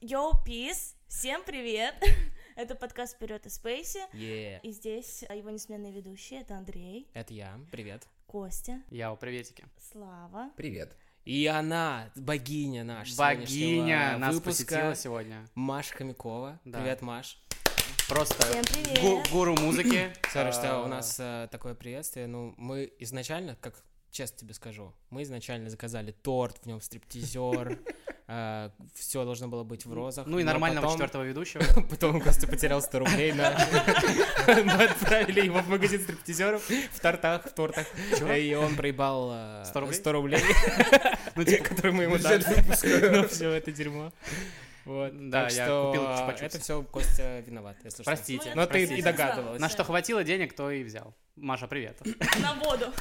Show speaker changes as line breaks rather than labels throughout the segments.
Йоу, пис! Всем привет! Это подкаст «Вперед и Спейси».
Е,
И здесь а, его несменные ведущие. Это Андрей,
Это я, привет.
Костя,
Яу, приветики.
Слава.
Привет.
И она, богиня наша
Богиня
сегодняшнего
нас
выпуска,
посетила сегодня.
Маша Хомякова.
Да.
Привет, Маш.
Просто
Всем привет!
гу- гуру музыки.
Сори, что
А,
у нас э, такое приветствие. Ну, мы изначально, как честно тебе скажу, мы изначально заказали торт, в нем стриптизер, все должно было быть в розах.
Ну и
но
нормального
потом-
четвертого ведущего.
Потом Костя потерял 100 рублей, на- мы отправили его в магазин стриптизеров в тортах, в тортах, и он проебал э,
100 рублей?
100 рублей,
Ну, типа,
которые мы ему дали.
Бюджет выпуска.
Но все это дерьмо. Вот.
Да,
так
я
что
купил чупа-чупсы.
Это все Костя виноват, если что.
Простите,
Но ты
простите.
и догадывалась.
На что хватило денег, то и взял. Маша, привет.
На воду.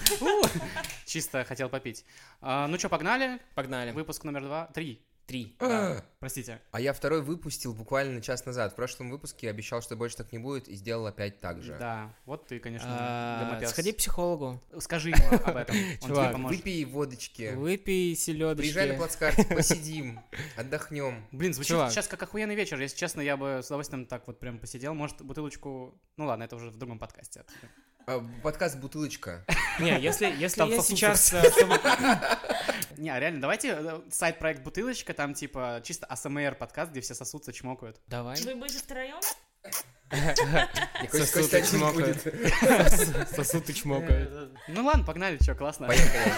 Чисто хотел попить. А, Ну что, погнали?
Погнали.
Выпуск номер два. Три.
Три.
Да. Простите.
А я второй выпустил буквально час назад. В прошлом выпуске я обещал, что больше так не будет, и сделал опять так же.
Да, вот ты, конечно,
А,
гомопес.
Сходи к психологу,
Скажи ему об этом. Он
Чувак,
тебе поможет.
Выпей водочки.
выпей
Приезжай на
селедочки.
плацкарте, посидим, отдохнем.
Блин, звучит
Чувак.
сейчас как охуенный вечер. Если честно, я бы с удовольствием так вот прям посидел. Может, бутылочку... Ну ладно, это уже в другом подкасте.
А, Подкаст «Бутылочка».
Не, если, если
Там
я
сосуд
сейчас... э, с тобой-
Не, а реально, давайте э, сайт-проект «Бутылочка», там типа чисто АСМР-подкаст, где все сосутся, чмокают.
Давай.
Вы будете втроем?
Мне кажется,
Сосуд
Костя один
чмокает.
будет.
Сосуд и чмокает.
Ну ладно, погнали, что, классно.
Поехали.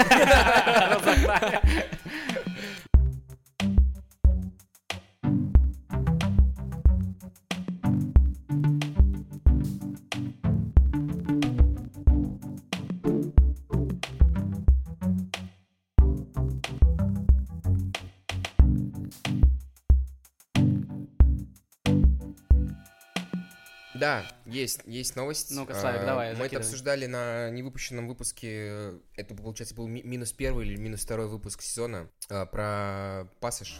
Да, есть, есть новость.
Ну-ка,
А,
Славик, давай,
Мы это
закидывай.
обсуждали на невыпущенном выпуске. Это, получается, был ми- минус первый или минус второй выпуск сезона а, про пассаж.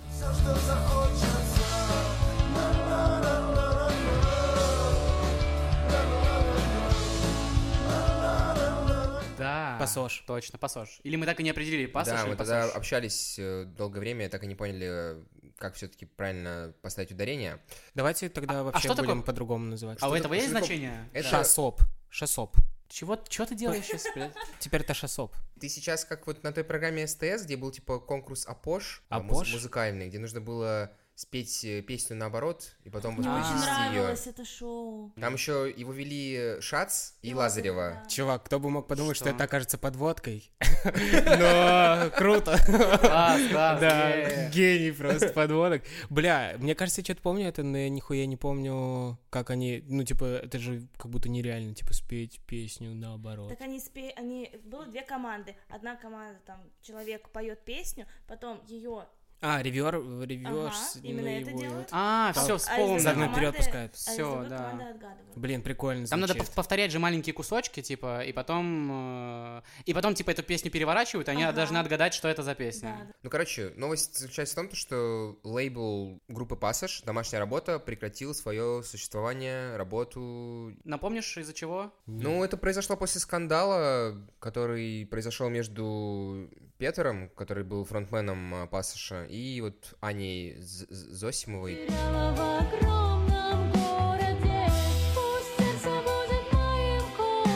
А,
Да.
Пассаж.
Точно, пассаж. Или мы так и не определили, пассаж
да,
или А
мы тогда
пассаж.
общались э, долгое время, так и не поняли, э, как все-таки правильно поставить ударение.
Давайте тогда вообще
что такое-
будем по-другому называть.
А у
Что-то
этого есть
по-другому.
значение?
Это
Шасоп. Шасоп.
Чего, чего ты делаешь сейчас, блядь?
Теперь это шасоп.
ты сейчас как вот на той программе СТС, где был типа конкурс Апош, а, муз-
Апош?
музыкальный, где нужно было спеть э, песню наоборот и потом
Мне очень
воспроизвести ее.
нравилось это шоу.
Там еще его вели Шац и
И
Лазарева.
Чувак, кто бы мог подумать, что,
Что?
это окажется подводкой. Но круто.
Класс, класс,
Да,
е.
гений просто подводок. Бля, мне кажется, я что-то помню это, но я нихуя не помню, как они... Ну, типа, это же как будто нереально, типа, спеть песню наоборот.
Так они спе... они было две команды. Одна команда там человек поет песню, потом ее
А, ревер, ревер...
Ага, именно это делают.
А,
Там-
все,
Загнать
вспомнил.
команды- вперед пускают.
а,
Всё, да.
команда отгадывают.
Блин, прикольно
Там надо
звучит.
пов- повторять же маленькие кусочки, типа, и потом... э, И потом, типа, эту песню переворачивают, и они
Ага.
должны отгадать, что это за
Да,
песня.
да.
Ну, короче, новость заключается в том, то, что лейбл группы Пассаж «Домашняя работа» прекратил свое существование, работу.
Напомнишь, из-за чего?
Ну, это произошло после скандала, который произошел между Петером, который был фронтменом э, Пассажа, и вот Аней З- З- Зосимовой.
Потеряла в огромном городе, пусть сердце будет моим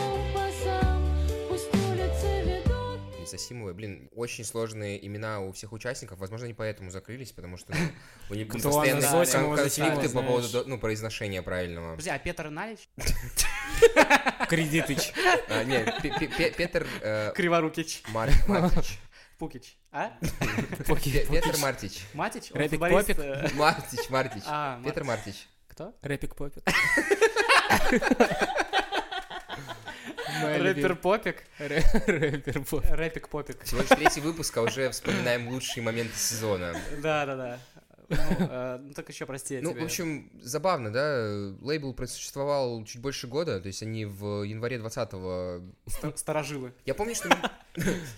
компасом, пусть улицы ведут.
И Зосимовой, блин, очень сложные имена у всех участников, возможно, они поэтому закрылись, потому что ну, у них были
Кто она,
постоянные кон-
Зосимова,
конфликты по
Зосимова,
поводу
знаешь.
до- ну, произношения правильного.
Друзья, а Петр Налич?
Кредитыч.
А, Нет, Пе- Пе- Пе- Петр э,
Криворукич.
Мар- Мартич.
Пукич. А?
Пе- Петр Мартич.
Матич? Он
Рэпик
футболист,
Попик?
э,
Мартич, Мартич.
А, Мар-
Петр Мартич.
Кто?
Рэпик Попик.
Рэпер Попик.
Рэпер Попик.
Рэпик Попик.
Всего лишь третий выпуск, а уже вспоминаем лучшие моменты сезона.
Да-да-да. Ну, э, ну, так еще прости я
Ну,
тебе.
в общем, забавно, да? Лейбл просуществовал чуть больше года, то есть они в январе 20-го...
Ст- Старожилы.
Я помню, что...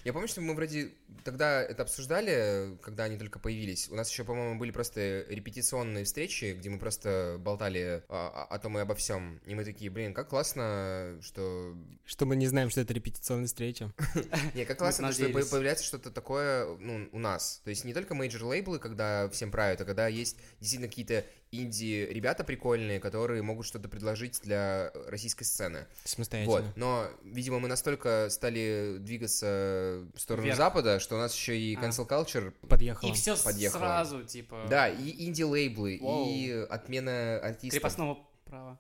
Я помню, что мы вроде тогда это обсуждали, когда они только появились. У нас еще, по-моему, были просто репетиционные встречи, где мы просто болтали а, а, о том и обо всем. И мы такие, блин, как классно, что...
Что мы не знаем, что это репетиционная встреча.
Не, как
Мы
классно, что по-
надеялись.
появляется что-то такое ну, у нас. То есть не только мейджор-лейблы, когда всем правят, а когда есть действительно какие-то инди-ребята прикольные, которые могут что-то предложить для российской сцены. Вот,
Самостоятельно.
но, видимо, мы настолько стали двигаться в сторону
Вверх.
Запада, что у нас еще и
А.
cancel culture,
Подъехала.
И все
Подъехала.
сразу, типа...
да, и инди-лейблы, и
Воу.
отмена артистов.
Крепостного права.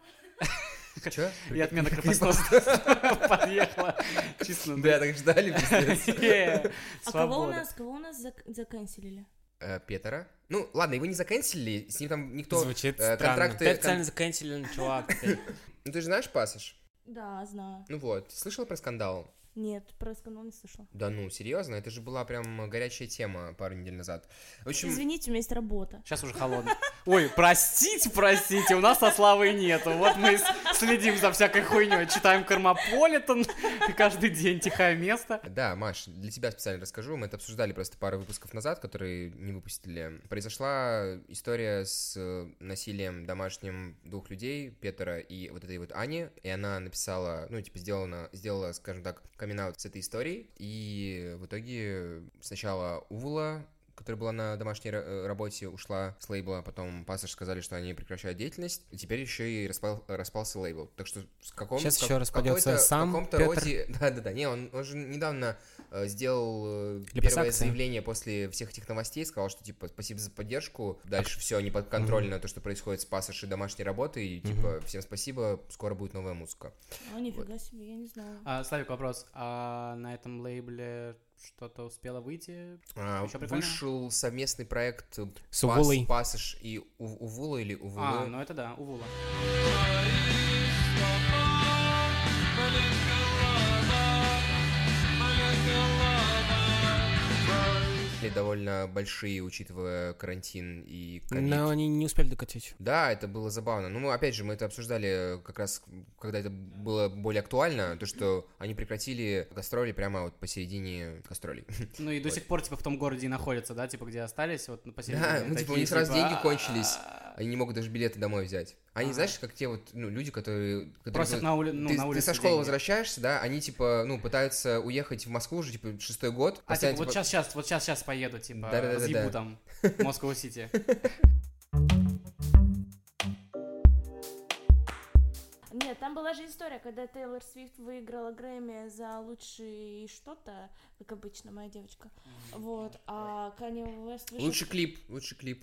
Чё?
И отмена крепостного подъехала. Чисто.
Бля, так ждали, пиздец.
Е,
А кого у
свобода.
нас, кого у нас зак- заканчилили?
Э, Петера. Ну, ладно, его не заканчивали, с ним там никто...
Звучит
э,
странно.
контракты-
Ты официально заканчивлен, чувак. ты.
Ну, ты же знаешь пассаж?
Да, знаю.
Ну вот, слышала про скандал?
Нет, про скандал не слышала.
Да ну, серьезно, это же была прям горячая тема пару недель назад. В общем,
Извините, у меня есть работа.
Сейчас уже холодно. Ой, простите, простите, у нас со Славой нету. Вот мы с- следим за всякой хуйней, читаем Кармополитен каждый день, тихое место.
Да, Маш, для тебя специально расскажу. Мы это обсуждали просто пару выпусков назад, которые не выпустили. Произошла история с э, насилием домашним двух людей, Петра и вот этой вот Ани. И она написала, ну, типа, сделана, сделала, скажем так, камин с этой историей. И в итоге сначала Увула которая была на домашней ра- э, работе, ушла с лейбла, потом Пассаж сказали, что они прекращают деятельность, и теперь еще и распал- распался лейбл. Так что в каком
Сейчас
в как-
еще распадется
какой-то-
сам
в каком-то
Петр.
роде... Да-да-да, не, он, он же недавно э, сделал э, первое
Липосакция.
заявление после всех этих новостей, сказал, что, типа, спасибо за поддержку, дальше все не подконтрольно, то, что происходит с Пассаж и домашней работой, и, типа, всем спасибо, скоро будет новая музыка.
О, Ну, нифига себе, я не знаю.
А, Славик, вопрос. А на этом лейбле что-то успело выйти?
А,
Ещё прикольно.
вышел совместный проект э,
С
Пас-
Увулой.
Пассаж и У- Увула или Увулы.
А, ну это да, Увула.
Были довольно большие, учитывая карантин и ковид.
Но они не успели докатить.
Да, это было забавно. Ну, мы, опять же, мы это обсуждали э, как раз, когда это было более актуально, то, что они прекратили гастроли прямо вот посередине гастролей.
Ну и до сих пор, типа, в том городе и находятся, да, типа, где остались, вот ну, посередине.
Да, ну, типа, у
такие,
них сразу
типа,
деньги кончились,
а,
они не могут даже билеты домой взять. Они,
Ага.
знаешь, как те вот, ну, люди, которые... которые
Просят
вот-
на, ули... ну,
ты,
на
ты
улице
со школы
деньги.
возвращаешься, да, они, типа, ну, пытаются уехать в Москву уже, типа, шестой
А,
год.
типа,
постоянно,
вот
типа,
сейчас, сейчас, вот сейчас, сейчас поеду, типа,
Да-да-да-да-да.
разъебу там Москву-Сити.
Нет, там была же история, когда Тейлор Свифт выиграла Грэмми за лучший что-то, как обычно, моя девочка. Вот, а Канье Уэст вышел...
Лучший клип, лучший клип.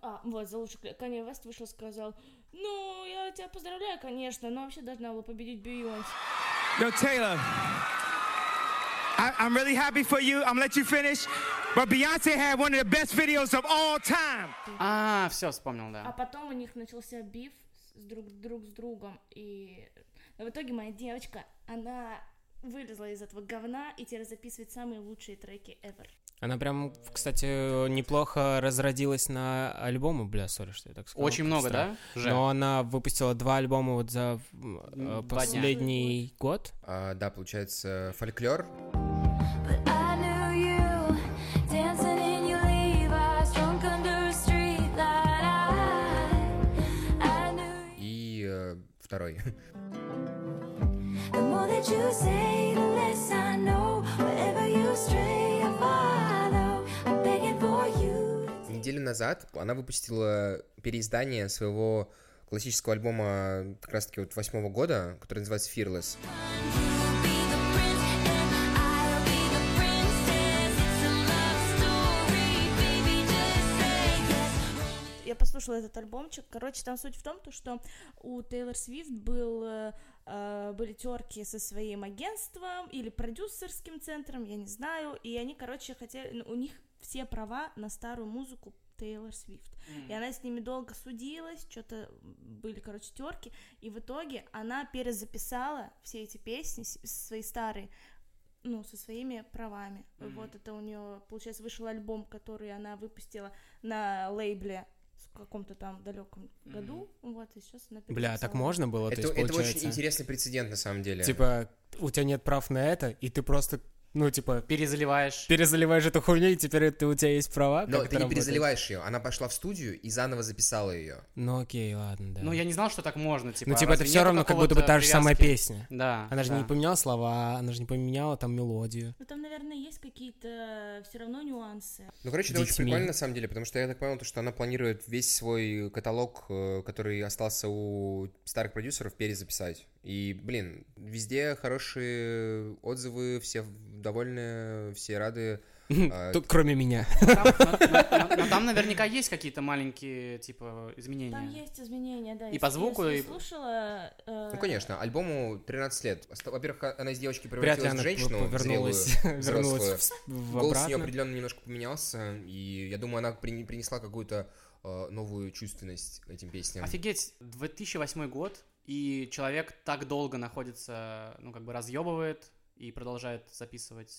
А, вот, за лучший клип. Канье Уэст вышел, сказал, ну, я тебя поздравляю, конечно, но вообще должна была победить Бейонсе.
Yo, Taylor, I, I'm really happy for you. I'm gonna let you finish. But Beyonce had one of the best videos of all time.
А, все, вспомнил,
А
да.
потом у них начался биф с друг, друг с другом, и но в итоге моя девочка, она вылезла из этого говна и теперь записывает самые лучшие треки ever.
Она прям, кстати, неплохо разродилась на альбомы, бля, сори, что я так сказал.
Очень много,
Странно.
да? Же.
Но она выпустила два альбома вот за м, э,
М, два дня.
последний год.
А, да, получается, фольклор,
But I knew you dancing in your Levi's, drunk under a streetlight. I, I knew you.
и э, второй.
The more that you say, the less I know. Wherever you stray, I follow. I'm begging for you.
Неделю назад она выпустила переиздание своего классического альбома э, как раз-таки вот восьмого года, который называется Fearless.
You'll be the prince and I'll be the princess. It's a love story, baby. Just say yes.
Я послушала этот альбомчик. Короче, там суть в том, то, что у Тейлор Свифт был, э, э, были терки со своим агентством или продюсерским центром, я не знаю. И они, короче, хотели... ну, у них все права на старую музыку Тейлор Свифт. И она с ними долго судилась, что-то были, короче, терки. И в итоге она перезаписала все эти песни, с- свои старые, ну, со своими правами.
Мгм.
Вот это у нее, получается, вышел альбом, который она выпустила на лейбле в каком-то там далеком
Мгм.
году. Вот, и сейчас она
а
Бля,
перезаписала.
так можно было?
это
то есть,
это
получается,
очень интересный прецедент на самом деле.
Типа, у тебя нет прав на это, и ты просто Ну, типа,
Перезаливаешь.
перезаливаешь эту хуйню, и теперь это у тебя есть права.
Но
как это
ты не
работает?
перезаливаешь ее. Она пошла в студию и заново записала ее.
Ну окей, ладно, да.
Ну, я не знал, что так можно, типа.
Ну, типа, это
разве
все
нету
равно как будто бы
какого-то
та же самая
привязки?
песня.
Да.
Она же
да.
не поменяла слова, она же не поменяла там мелодию.
Ну, там, наверное, есть какие-то все равно нюансы.
Ну, короче, это очень
Детьми.
прикольно, на самом деле, потому что я так понял, то, что она планирует весь свой каталог, э, который остался у старых продюсеров, перезаписать. И, блин, везде хорошие отзывы, все довольны, все рады. А,
Тут, кроме меня.
Ну, Но, но там наверняка есть какие-то маленькие, типа, изменения.
Там есть изменения, да.
И
если-
по звуку,
если
и-
слушала... э,
Ну, конечно, альбому 13 лет. Оста- Во-первых, а, она из девочки
Вряд ли
превратилась в
она
женщину, в зрелую,
повернулась,
взрослую.
вернулась в- в
Голос у нее
обратно.
определенно немножко поменялся, и я думаю, она прин- принесла какую-то э, новую чувственность этим песням.
Офигеть, 2008 год, и человек так долго находится, ну, как бы разъебывает и продолжает записывать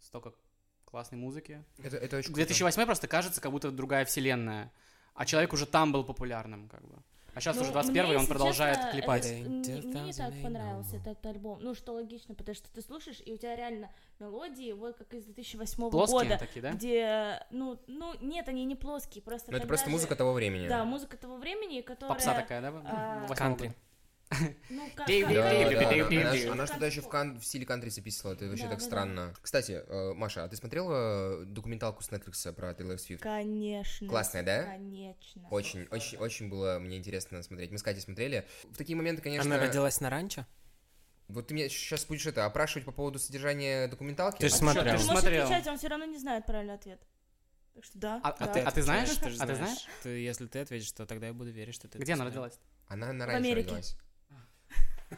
столько классной музыки.
Это, это очень круто.
2008 просто кажется, как будто другая вселенная. А человек уже там был популярным, как бы. А сейчас
Ну,
уже
мне,
21 он
если
продолжает
честно,
клепать.
это- м,
Just
Мне не
thousand
так
I
понравился
know.
этот альбом. Ну, что логично, потому что ты слушаешь, и у тебя реально мелодии, вот как из 2008
Плоские
года,
такие, да?
где, ну, ну, нет, они не плоские, просто...
Но это
когда
просто
же-
музыка того времени.
Да, музыка того времени, которая...
Попса такая, да?
а,
восьмого
Кантри.
года?
Ну, как...
Пей,
как-
пей,
Да,
пей,
да,
пей,
да.
пей,
Она
пей.
ж- Она что-то еще в, кан- в стиле кантри записывала, это вообще
Да,
так
да, да.
странно. Кстати, э, Маша, а ты смотрела документалку с Netflix про Тейлор Свифт?
Конечно.
Классная, да?
Конечно.
Очень, очень, очень было мне интересно смотреть. Мы с Катей смотрели. В такие моменты, конечно...
Она родилась на ранчо?
Вот ты меня сейчас будешь это опрашивать по поводу содержания документалки?
Ты ж
А
смотрел.
Ты
Я
можешь
смотрел.
отвечать, он все равно не знает правильный ответ. Так что да.
А-
да.
а ты- знаешь?
отвечаешь, же
А ты знаешь?
Ты- если ты ответишь, то тогда я буду верить, что ты... это
Где она
знаешь.
родилась?
Она на
В
раньше
Америке.
родилась.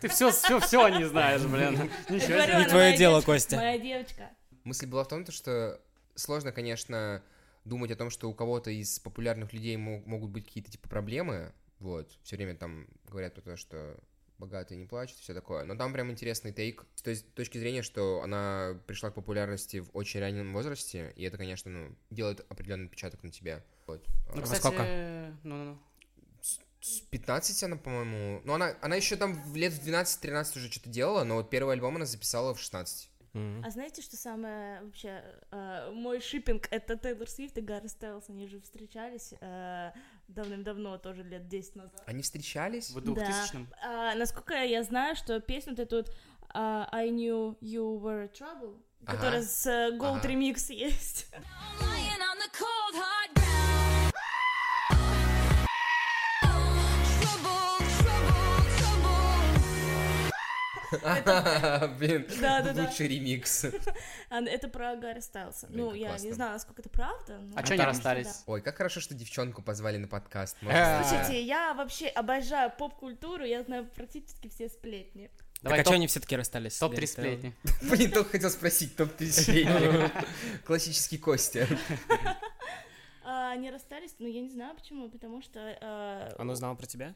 Ты все, все, все не знаешь, блин.
Я
Ничего
говорю,
себе.
она
Не твое
моя
дело,
девочка,
Костя.
Моя девочка.
Мысль была в том, то, что сложно, конечно, думать о том, что у кого-то из популярных людей мо- могут быть какие-то типа проблемы. Вот, все время там говорят про то, что богатые не плачут, все такое. Но там прям интересный тейк. То есть, с точки зрения, что она пришла к популярности в очень раннем возрасте, и это, конечно, ну, делает определенный отпечаток на тебя. Вот.
Ну,
А,
кстати,
сколько?
ну, ну, ну.
С 15 она, по-моему... Ну, она, она еще там в лет в 12-13 уже что-то делала, но вот первый альбом она записала в 16.
Мгм.
А знаете, что самое вообще э, мой шиппинг это Тейлор Свифт и Гарри Стайлс, они же встречались э, давным-давно, тоже лет 10 назад.
Они встречались?
В 2000
А, насколько я знаю, что песню вот эту вот а, I knew you were trouble,
Ага.
которая с э, Gold
Ага.
Remix есть.
Lying on the cold hard ground. Trouble, trouble, trouble.
Блин,
Да-да-да.
лучший ремикс.
А, это про Гарри Стайлса.
Блин,
ну,
как
я
классно.
не знаю, насколько это правда. но-
А чё
Потому
они
что
расстались?
Ой, как хорошо, что девчонку позвали на подкаст. Можно
Э.
сказать.
Слушайте, я вообще обожаю поп-культуру, я знаю практически все сплетни.
Давай
так а
топ-
что они все-таки расстались?
Топ-3
Дэнни Тейлор?
сплетни.
Блин, только хотел спросить, топ-3 средних. Классический Костя.
А, они расстались, но я не знаю почему, потому что... э,
Он узнал про тебя?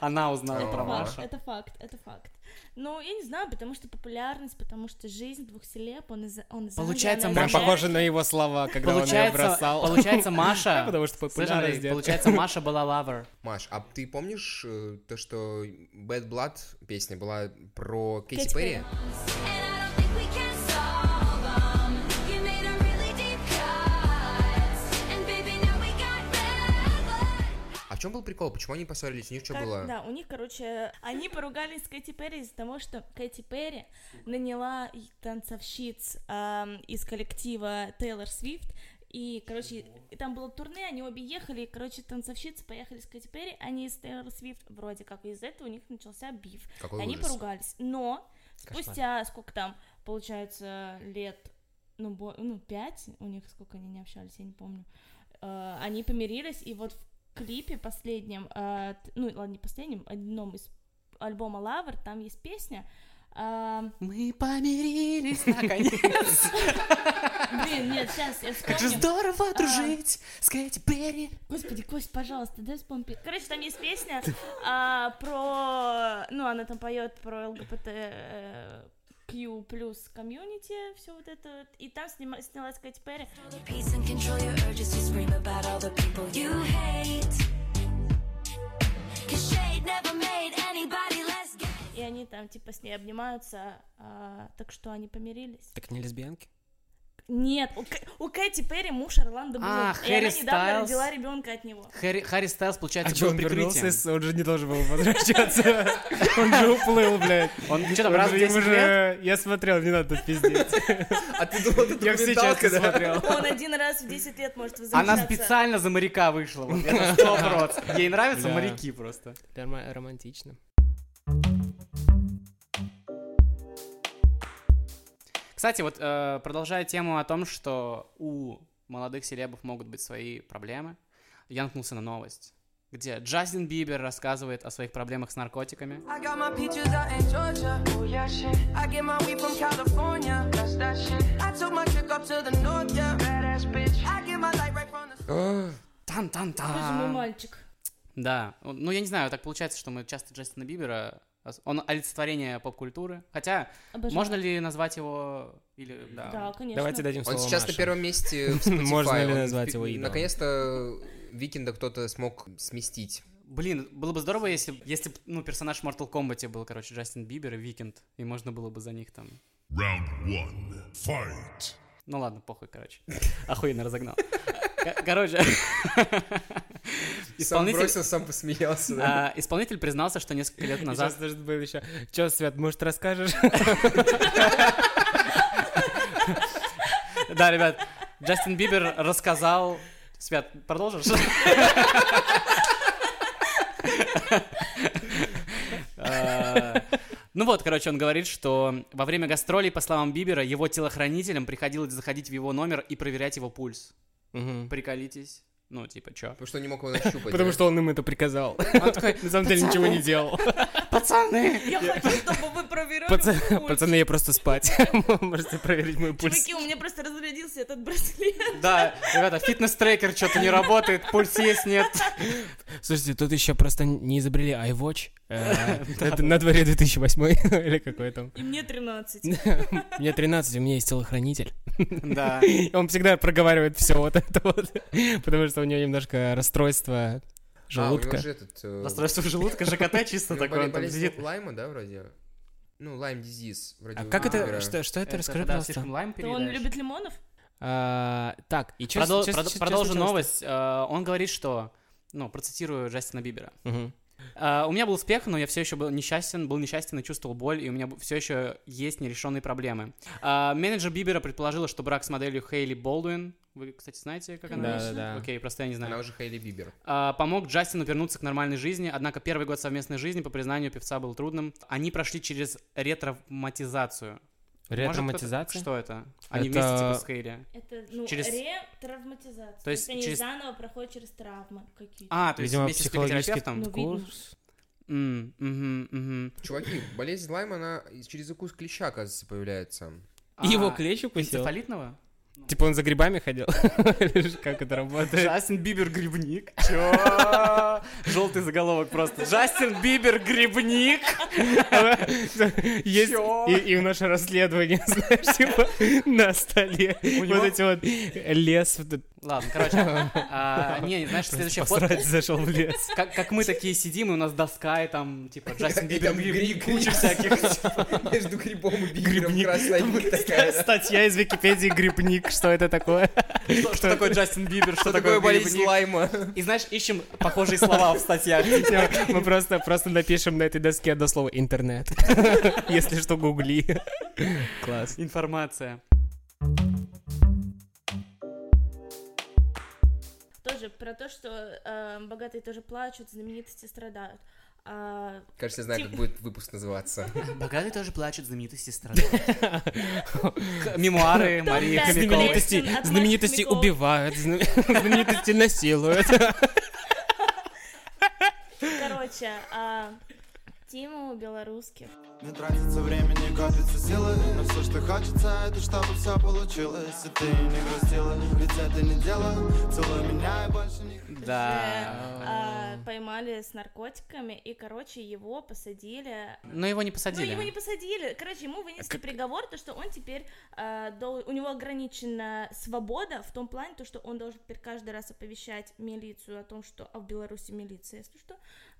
Она узнала
Это
про
это,
Маша.
факт,
Машу.
это факт, это факт. Ну, я не знаю, потому что популярность, потому что жизнь двух селеп, он из он из
Получается,
Англии, она
Прям
из
Маша-
Америки.
на его слова, когда
Получается, получается, Маша...
Потому что
Слышь,
популярность
Андрей,
делает.
Получается, Маша была лавер.
Маш, а ты помнишь э, то, что Bad Blood песня была про Кэти
Кэти
Перри?
Перри.
And I don't think we can solve 'em. You made a really deep cut. And baby, now we got bad blood.
А в чем был прикол? Почему они поссорились? У них что
Как-
было?
Да, у них, короче, они поругались с Кэти Перри из-за того, что Кэти Перри наняла и- танцовщиц ам, из коллектива Тейлор Свифт. И, короче, и там было турне, они обе ехали, и, короче, танцовщицы поехали с Кэти Перри, они из Тейлор Свифт, вроде как, и из-за этого у них начался биф.
Какой
они
ужас.
поругались, но спустя сколько там, получается, лет, ну, бо- ну, пять, у них сколько они не общались, я не помню, э, они помирились, и вот в клипе последнем, э, т- ну, ладно, не последнем, одном из альбома «Лавр», там есть песня, а,
Мы помирились наконец.
блин, нет, сейчас я
Как же
вспомню.
здорово дружить с Кэти Перри.
Господи, Кость, пожалуйста, дай вспомни. пе- Короче, там есть песня а, про... Ну, она там поет про ЛГБТ... э, Q плюс комьюнити, все вот это вот. И там снима- снялась Кэти Перри.
Control your peace and control your urges to scream about all the people you hate. Cause shade never made anybody less gay.
И они там прям типа с ней обнимаются, а, так что они помирились.
Так не лесбиянки?
Нет, у, Кэ- у Кэти Перри муж Орландо Блум,
А,
и она
Хэри
недавно
Стайлз.
родила ребенка от него.
Харри, Харри Стайлс, получается,
А что,
был
он
прикрытием.
вернулся? с- Он же не должен был возвращаться. Он же уплыл, блядь.
Он что там,
Он
раз в
же- им
10
уже-
лет?
Я смотрел, не надо тут пиздеть.
А ты думал, это
Я все часто
документалка, да?
смотрел.
Он один раз в 10 лет может возвращаться.
Она специально за моряка вышла. вот Это сто процентов. Ей нравятся
Да.
моряки просто.
Рома- Романтично.
Кстати, вот э, продолжая тему о том, что у молодых селебов могут быть свои проблемы, я наткнулся на новость, где Джастин Бибер рассказывает о своих проблемах с наркотиками.
I got my peaches out in Georgia. Oh yeah, shit. I get my weed from California. That's that shit. I took my trip up to the north, yeah. Badass bitch. I get my light right from the.
Боже мой,
Тан-тан-тан.
мальчик.
Да, Он- ну я не знаю, так получается, что мы часто Джастина Бибера, ос- он олицетворение поп-культуры, хотя
Обожаю.
можно ли назвать его или да,
Да, конечно.
Давайте дадим
Он
слово
сейчас на
Маше.
первом месте в Spotify.
Можно ли
Он
назвать
впи-
его идолом?
Наконец-то Викинда кто-то смог сместить.
Блин, было бы здорово, если, б- если б, ну, персонаж в Mortal Kombat был, короче, Джастин Бибер и Викинд, и можно было бы за них там...
Round one, fight.
Ну ладно, похуй, короче. Охуенно разогнал. Ко- Короче,
Сам
исполнитель...
бросил, сам посмеялся, да?
а, Исполнитель признался, что несколько лет назад...
Сейчас должен был еще... Че, Свет, может, расскажешь?
Да, ребят, Джастин Бибер рассказал... Свят, продолжишь? Э, Ну вот, короче, он говорит, что во время гастролей, по словам Бибера, его телохранителям приходилось заходить в его номер и проверять его пульс.
Мгм.
Приколитесь. Ну, типа, чё?
Потому что не мог его нащупать.
Потому
да?
что он им это приказал.
Он такой,
На самом деле ничего не делал.
пацаны!
Я хочу, чтобы вы проверяли.
Паца-
пульс.
Пацаны, я просто спать. Можете проверить мой пульс.
Чуваки, у меня просто разрядился этот браслет.
Да, ребята, фитнес-трекер что-то не работает, пульс есть, нет.
Слушайте, тут еще просто не изобрели iWatch. Э, это На дворе 2008 или какой там.
И мне 13.
Мне 13, у меня есть телохранитель.
Да.
И Он всегда проговаривает все вот это вот, потому что у него немножко расстройство
А, у него
желудка.
же этот... э,
Расстройство желудка, ЖКТ чисто
у него
такое,
боле-
он там
болезнь
сидит.
Лайма, да, вроде? Ну, Лайм Дизиз. вроде
А
у
как это,
Бибера.
что, что это, расскажи,
да,
пожалуйста.
слишком лайм
Да он
передаешь.
любит лимонов?
А, так, и чё-
Продол-
чё-
прод-
чё-
Продолжу
чё
новость. Э, Он говорит, что, ну, процитирую Джастина Бибера.
случилось-то? Мгм.
«Э, У меня был успех, но я все еще был несчастен, был несчастен и чувствовал боль, и у меня все еще есть нерешенные проблемы. Э, Менеджер Бибера предположила, что брак с моделью Хейли Болдуин, вы, кстати, знаете, как она?
Да, да, да.
Окей, просто я не знаю.
Она уже Хейли Бибер.
А, помог Джастину вернуться к нормальной жизни, однако первый год совместной жизни, по признанию певца, был трудным. Они прошли через ретравматизацию. Может, кто-то-
Ретравматизация?
Что это? Они
Это-
вместе типа с Хейли.
Это, ну,
Через-
ретравматизация.
То есть
они
через-
заново проходят через травмы какие-то.
А, то есть
Видимо,
вместе с
психологический
психотерапевтом?
Ну, видно.
курс.
М, мгм, мгм.
Чуваки, болезнь Лайма, она из- через укус клеща, оказывается, появляется.
И Его
А,
клещ укусил?
энцефалитного?
Типа он за грибами ходил? Или ж Как это работает?
Джастин Бибер грибник. Чё? Желтый заголовок просто. Джастин Бибер грибник.
Есть
Чё?
и, и в наше расследование, знаешь, типа на столе.
него-
Вот эти вот лес. вот этот,
Ладно, короче. а, Не, знаешь, следующая фото.
Посрать зашел в лес.
Как, как мы такие сидим, и у нас доска, и там, типа, Джастин
И
Бибер
там
грибник,
гриб.
куча всяких.
Между грибом и Бибером красная нить такая. да.
Статья из Википедии «Грибник». Что это такое?
Что что такое Джастин Бибер, что
Что такое
такое
болезнь
грибник.
Лайма?
И знаешь, ищем похожие слова в статьях.
Мы просто, просто напишем на этой доске одно слово «интернет». Если что, гугли. Класс.
Информация.
Тоже про то, что э, богатые тоже плачут, знаменитости страдают. А,
Кажется, я знаю, как будет выпуск называться.
Богатый тоже плачет, знаменитости страдают. Мемуары Марии
Да,
Хомяковой.
знаменитость.
Знаменитости,
От Маши
знаменитости
Хомяковой.
убивают, зна- знаменитости насилуют.
короче, а, Тиму белорусских.
Не тратится время, не копится силы Но все, что хочется, это чтобы все получилось И ты не грустила, ведь это не дело Целуй меня и больше не
Э,
Да.
а, поймали с наркотиками, и, короче, его посадили.
Но его не
Ну,
посадили.
его не посадили. Короче, ему вынесли
Как-
приговор, то, что он теперь, э, дол- у него ограничена свобода в том плане, то, что он должен теперь каждый раз оповещать милицию о том, что... А в Беларуси милиция, если что.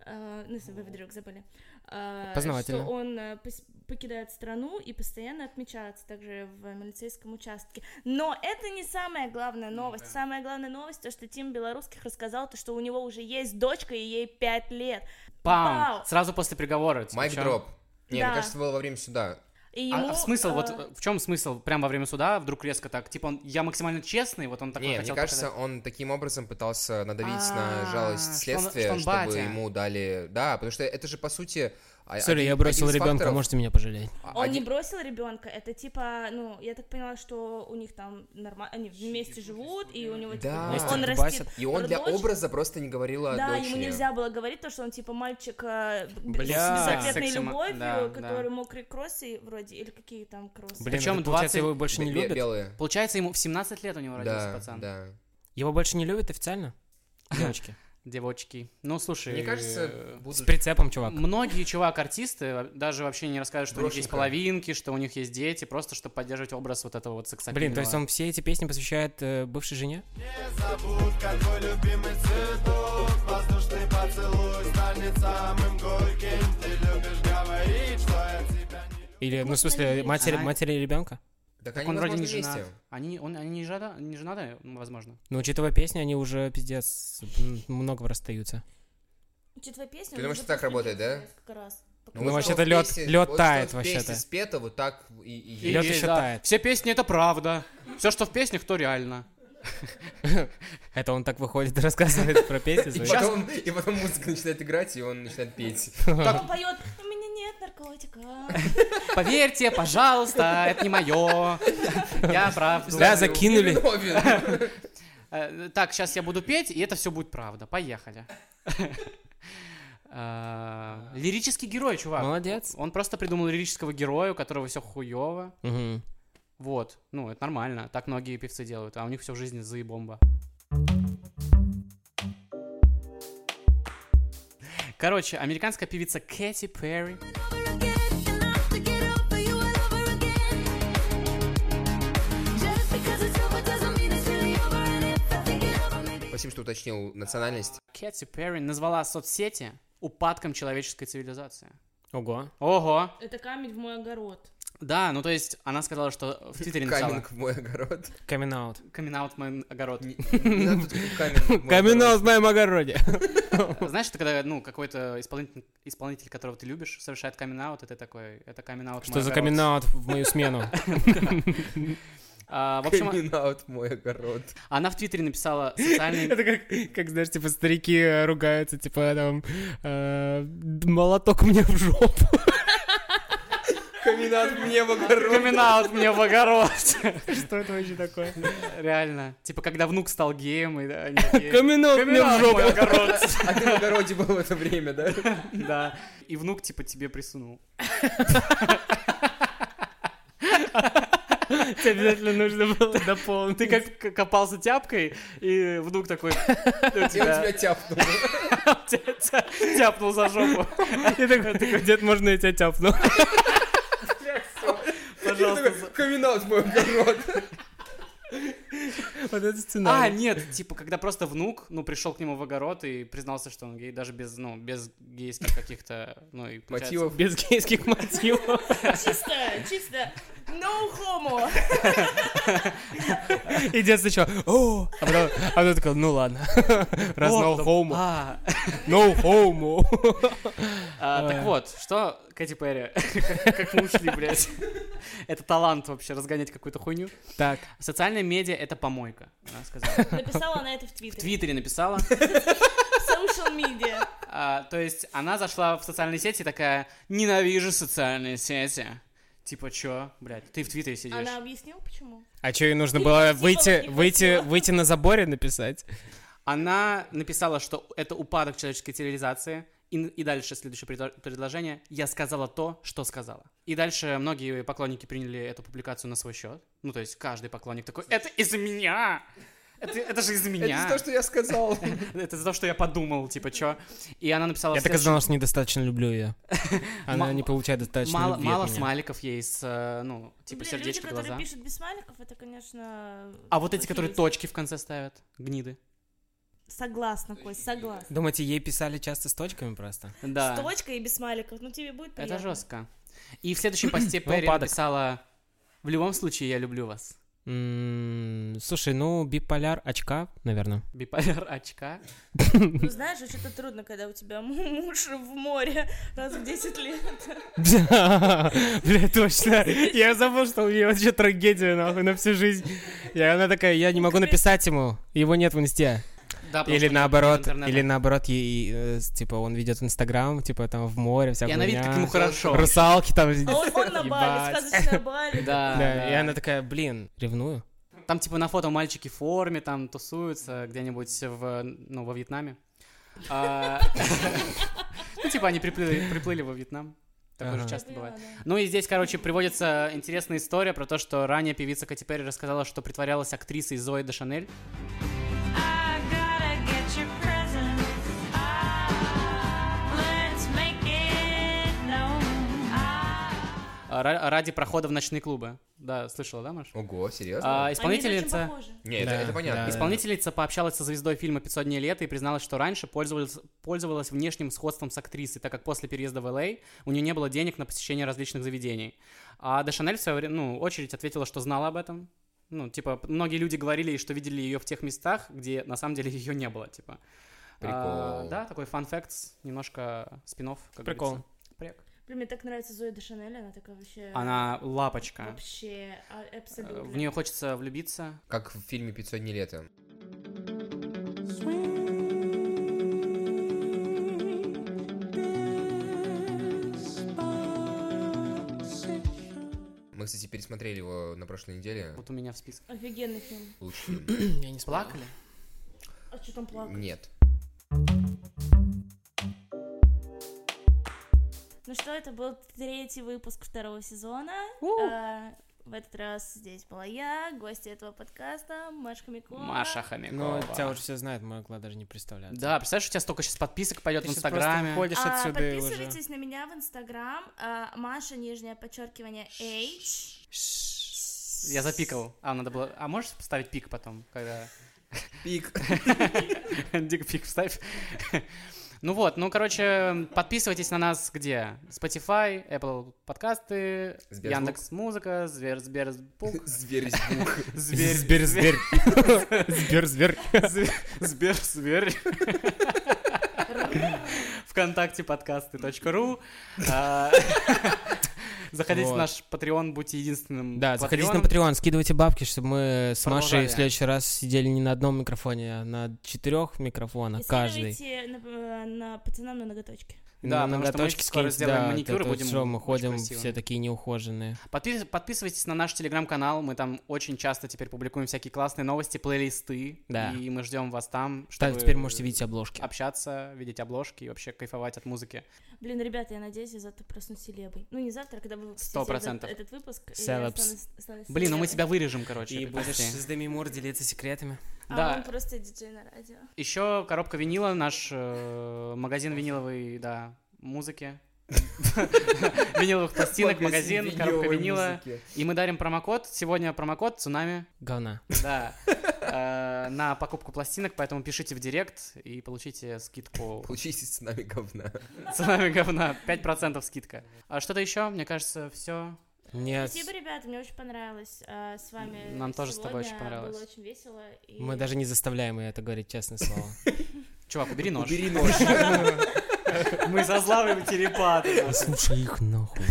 Э, ну, если вы вдруг забыли. Э,
Познавательно.
Что он э, пос- покидает страну и постоянно отмечается также в милицейском участке. Но это не самая
Ну
главная новость. Самая главная новость, то, что Тим Белорусских рассказал, то, что у него уже есть дочка, и ей пять лет.
Пам!
Пау!
Сразу после приговора. типа,
Майк
чё?
дроп. Не,
Да.
мне кажется, было во время суда.
И
А-
ему,
а, смысл,
э,
вот э, в чем смысл прямо во время суда вдруг резко так, типа он, я максимально честный, вот он такой
Не, мне
хотел
кажется,
показать.
он таким образом пытался надавить на
А,
жалость
что он-
следствия,
что он
чтобы
батя.
ему дали... Да, потому что это же, по сути... а-
Сори,
один-
я бросил
один из
ребенка,
факторов-
можете меня пожалеть.
а-
Он не
один-
бросил ребенка, это типа, ну, я так поняла, что у них там нормально, они вместе живут, и у него
Да.
типа,
Вместе
он
дубасят.
растит.
И он для
дочь.
образа просто не говорил о
Да, ему
дочери.
нельзя было говорить то, что он типа мальчик э, б-
Бля.
с безответной
Секси-ма-
любовью,
да,
который мокрые кроссы вроде, или какие там кроссы.
Блин,
Причём
это, получается,
20
его больше не
Бе- бе-
любят?
Белые.
Получается, ему в 17 лет у него родился
Да,
пацан.
да.
Его больше не любят официально? Девочки.
Девочки. Ну, слушай.
Мне кажется,
э,
С
будут...
прицепом, чувак.
Многие, чувак, артисты во- даже вообще не рассказывают, что у них есть
Брошенка.
половинки, что у них есть дети, просто чтобы поддерживать образ вот этого вот сексапильного.
Блин, то есть он все эти песни посвящает э, бывшей жене?
Не забудь, как твой любимый цветок Воздушный поцелуй станет самым горьким Ты любишь говорить, что я тебя не люблю
Или, ну, в смысле,
Посмотри.
А.
матери,
Ага.
матери ребенка?
Так
Так
они,
он вроде не
возможно,
женат.
вместе.
Они, он, они не жена, не женаты, ну, возможно.
Но, учитывая песни, они уже, пиздец, м, много расстаются.
Учит твою песню,
Ты
он
думаешь,
уже
так работает,
проследил
да?
несколько раз.
Ну,
вот
вообще-то
что в
лёд-
песне-
лёд
вот что
тает
в песне
вообще-то.
спето, вот так и, и
И Лёд
есть.
еще тает.
Все песни — это правда. Все, что в песнях, то реально.
Это он так выходит и рассказывает про песни
И
свои.
потом, и потом музыка начинает играть, и он начинает петь.
Ну,
Он поет, у меня нет наркотика.
Поверьте, пожалуйста, это не мое. Я правду.
Зря закинули.
Виновен.
Э, Так, сейчас я буду петь, и это все будет правда. Поехали. Э, Лирический герой,
А,
чувак.
Молодец.
Он просто придумал лирического героя, у которого все хуево.
Мгм.
Вот, ну, это нормально. Так многие певцы делают, а у них все в жизни заебомба. Короче, американская певица Кэти Перри
Спасибо, что уточнил национальность.
Кэти Перри назвала соцсети упадком человеческой цивилизации.
Ого.
Ого!
Это камень в мой огород.
Да, ну то есть она сказала, что в Твиттере написала
Каминг в мой огород.
Камин аут.
«Камин-аут мой огород».
Не- не надо тут каминг в мой огород.
в моем огороде.
Знаешь, это когда, ну, какой-то исполнитель, исполнитель, которого ты любишь, совершает камин-аут, и ты такой, это камин-аут
Что
мой
за
огород».
камин аут в мою смену?
А, в общем,
Камин-аут мой огород.
она в Твиттере написала социальный...
Это как, как, знаешь, типа старики э, ругаются, типа там э, молоток мне в жопу.
Камин-аут мне в огород.
камин-аут мне в огород.
Что это вообще такое?
Реально. Типа, когда внук стал геем, и да, они такие,
камин аут мне в
«Камин-аут мой
жопу.
огород.
А ты в огороде был в это время, да?
Да. И внук, типа, тебе присунул.
Тебе обязательно нужно было дополнить.
Ты как к- копался тяпкой, и внук такой... у
И он Типа, тебя
тебя-
тяпнул.
тя- тя- Тяпнул за жопу.
И такой, такой, дед, можно я тебя тяпну?
Пожалуйста. за-
Камин-аут мой огород.
Вот это
А,
сценарий.
нет, типа, когда просто внук, ну, пришел к нему в огород и признался, что он гей, даже без, ну, без гейских каких-то, ну, и получается-
Мотивов.
Без гейских мотивов.
Чисто, чисто, no homo.
И дед сначала, о, а потом, а потом такой, ну ладно. Раз
Вот,
no
там-
homo,
А,
no homo.
А, так вот, что Кэти Перри, как, как мы ушли, блядь. Это талант вообще разгонять какую-то хуйню.
Так,
Социальная медиа — это помойка, она сказала.
Написала она это в
В
Твиттере.
Твиттере написала.
В social media.
А, то есть она зашла в социальные сети и такая «Ненавижу социальные сети». Типа, чё, блядь, ты в Твиттере сидишь.
Она объяснила, почему?
а что ей нужно было выйти,
не
выйти,
хватило.
выйти на заборе написать?
Она написала, что это упадок человеческой цивилизации. И, и дальше следующее предо- предложение. Я сказала то, что сказала. И дальше многие поклонники приняли эту публикацию на свой счет. Ну, то есть каждый поклонник такой, это из-за меня! Это, это же из
Это
меня.
не то, что я сказал.
Это за то, что я подумал, типа, чё? И она написала...
Я так и
следующее.
знал, что недостаточно люблю ее. Она
Ма-
не получает достаточно
Мало,
любви от
мало
меня.
смайликов ей с, э, ну, типа,
Блин, люди,
сердечко
которые
глаза.
пишут без смайликов, это, конечно...
А вот эти,
плохие
которые
люди.
точки в конце ставят, гниды.
Согласна, Кость, согласна.
Думаете, ей писали часто с точками просто?
Да.
С точкой и без смайликов, ну тебе будет приятно.
Это жестко. И в следующем посте Перри
падок.
написала «В любом случае я люблю вас».
М, Слушай, ну, биполяр очка, наверное.
Биполяр очка.
Ну знаешь, что-то трудно, когда у тебя му- муж в море раз в 10 лет.
Бля, точно. Я забыл, что у меня вообще трагедия, нахуй, на всю жизнь. И она такая, я не могу написать ему, его нет в инсте.
Да, А потому
Или
что
наоборот,
интернета.
или наоборот, ей, э, с- типа, он ведет инстаграм, типа, там, в море, вся
И она видит, как ему
хуйня.
хорошо.
Русалки там.
А он, он на Бали,
Ебать.
сказочный на Бали.
Да,
Да, и
да.
она такая, блин, ревную.
Там типа на фото мальчики в форме, там тусуются где-нибудь в, ну, во Вьетнаме. А, Ну, типа они приплыли приплыли во Вьетнам. Такое же
Ага.
часто бывает. Ну и здесь, короче, приводится интересная история про то, что ранее певица Кэти Перри рассказала, что притворялась актрисой Зои де Шанель.
I gotta get your present. Ah, let's make it known. Ah,
а, ра- ради прохода в ночные клубы. Да, слышала, да, Маш?
Ого,
А,
Они же
серьезно?
очень
исполнительница...
похожи.
Не, это
Да,
это понятно.
да.
Исполнительница пообщалась со звездой фильма «Пятьсотнее лето» и призналась, что раньше пользовалась, пользовалась внешним сходством с актрисой, так как после переезда в Л.А. у нее не было денег на посещение различных заведений. А Де Шанель в свое время, ну, очередь ответила, что знала об этом. Ну, типа, многие люди говорили, что видели ее в тех местах, где на самом деле ее не было, типа. А,
Прикол.
да, такой фан-факт, немножко спин как
Прикол.
говорится. Прик.
Блин, мне так нравится Зоя Дешанель, она такая вообще...
Она лапочка.
Вообще, а-
Э,
абсолютно.
В нее хочется влюбиться.
Как в фильме «500 дней лета». Мы, кстати, пересмотрели его на прошлой неделе.
Вот у меня в списке.
Офигенный фильм.
Лучший фильм.
Я не
Плакали?
А что там плакать?
Нет.
Ну что, это был третий выпуск второго сезона. Э, В этот раз здесь была я, гости этого подкаста, Маша Хомякова.
Маша Хомякова.
Ну, тебя уже все знают, могла даже не представляться.
Да, представляешь, у тебя столько сейчас подписок пойдет
Ты
в
щас просто
Инстаграме.
ходишь
А,
отсюда и уже.
подписывайтесь на меня в Инстаграм. а, Маша, нижнее подчеркивание, H.
Я запикал. А, надо было... А можешь поставить пик потом, когда...
Пик.
Дик пик вставь. Ну вот, ну, короче, подписывайтесь на нас где? Spotify, Apple подкасты,
Сберзвук.
Яндекс Музыка, Звер, Сбер, Пук,
Зверь звук.
Зверь,
Зверь, зверь. Зверь, зверь.
Сбер, Сбер. ВКонтакте подкасты.ру. А, Заходите
Вот.
в наш Patreon, будьте единственным.
Да, заходите на
Patreon.
Patreon, скидывайте бабки, чтобы мы с Машей
Продолжали.
в следующий раз сидели не на одном микрофоне, а на четырех микрофонах
И
каждый.
скидывайте на, э, на пацанам на ноготочки.
Да,
На
потому что мы
ноготочки
скоро
скиньте,
сделаем
да,
маникюр и
это вот
будем
всё, мы
очень
ходим все
красивыми.
такие неухоженные.
Подпис- подписывайтесь на наш телеграм-канал, мы там очень часто теперь публикуем всякие классные новости, плейлисты,
Да.
и мы ждем вас там,
Так,
чтобы А,
теперь можете видеть обложки.
общаться, видеть обложки и вообще кайфовать от музыки.
Блин, ребята, я надеюсь, я завтра проснусь селебой. Ну, не завтра, когда вы выпустите
Сто
этот,
процентов.
этот выпуск. и я
Селебс.
стану- стану
Блин, ну мы
селебой.
тебя вырежем, короче.
И
при
будешь
посте.
с Деми Мур делиться секретами.
А
да.
он просто диджей на радио.
Еще коробка винила, наш э, магазин виниловой, да, музыки. Виниловых пластинок, магазин, коробка винила. И мы дарим промокод. Сегодня промокод «Цунами».
Говна.
Да. Э, На покупку пластинок, поэтому пишите в директ и получите скидку.
Получите с нами говна.
Цунами говна. 5% скидка. А что-то еще? Мне кажется, все.
Нет,
Спасибо, ребята, мне очень понравилось а, с вами.
Нам тоже с тобой
сегодня.
очень понравилось.
Было очень весело. и-
мы даже не заставляем ее это говорить, честное слово.
Чувак, убери нож.
Убери нож.
Мы со Славой телепаты.
Слушай их нахуй.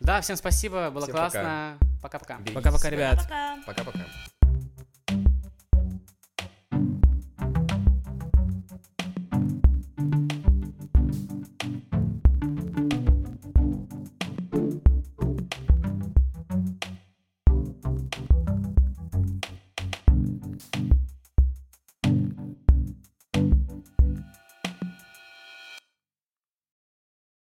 Да, всем спасибо, было
Всем
классно. Пока-пока.
Пока-пока, ребят.
Пока.
Пока-пока.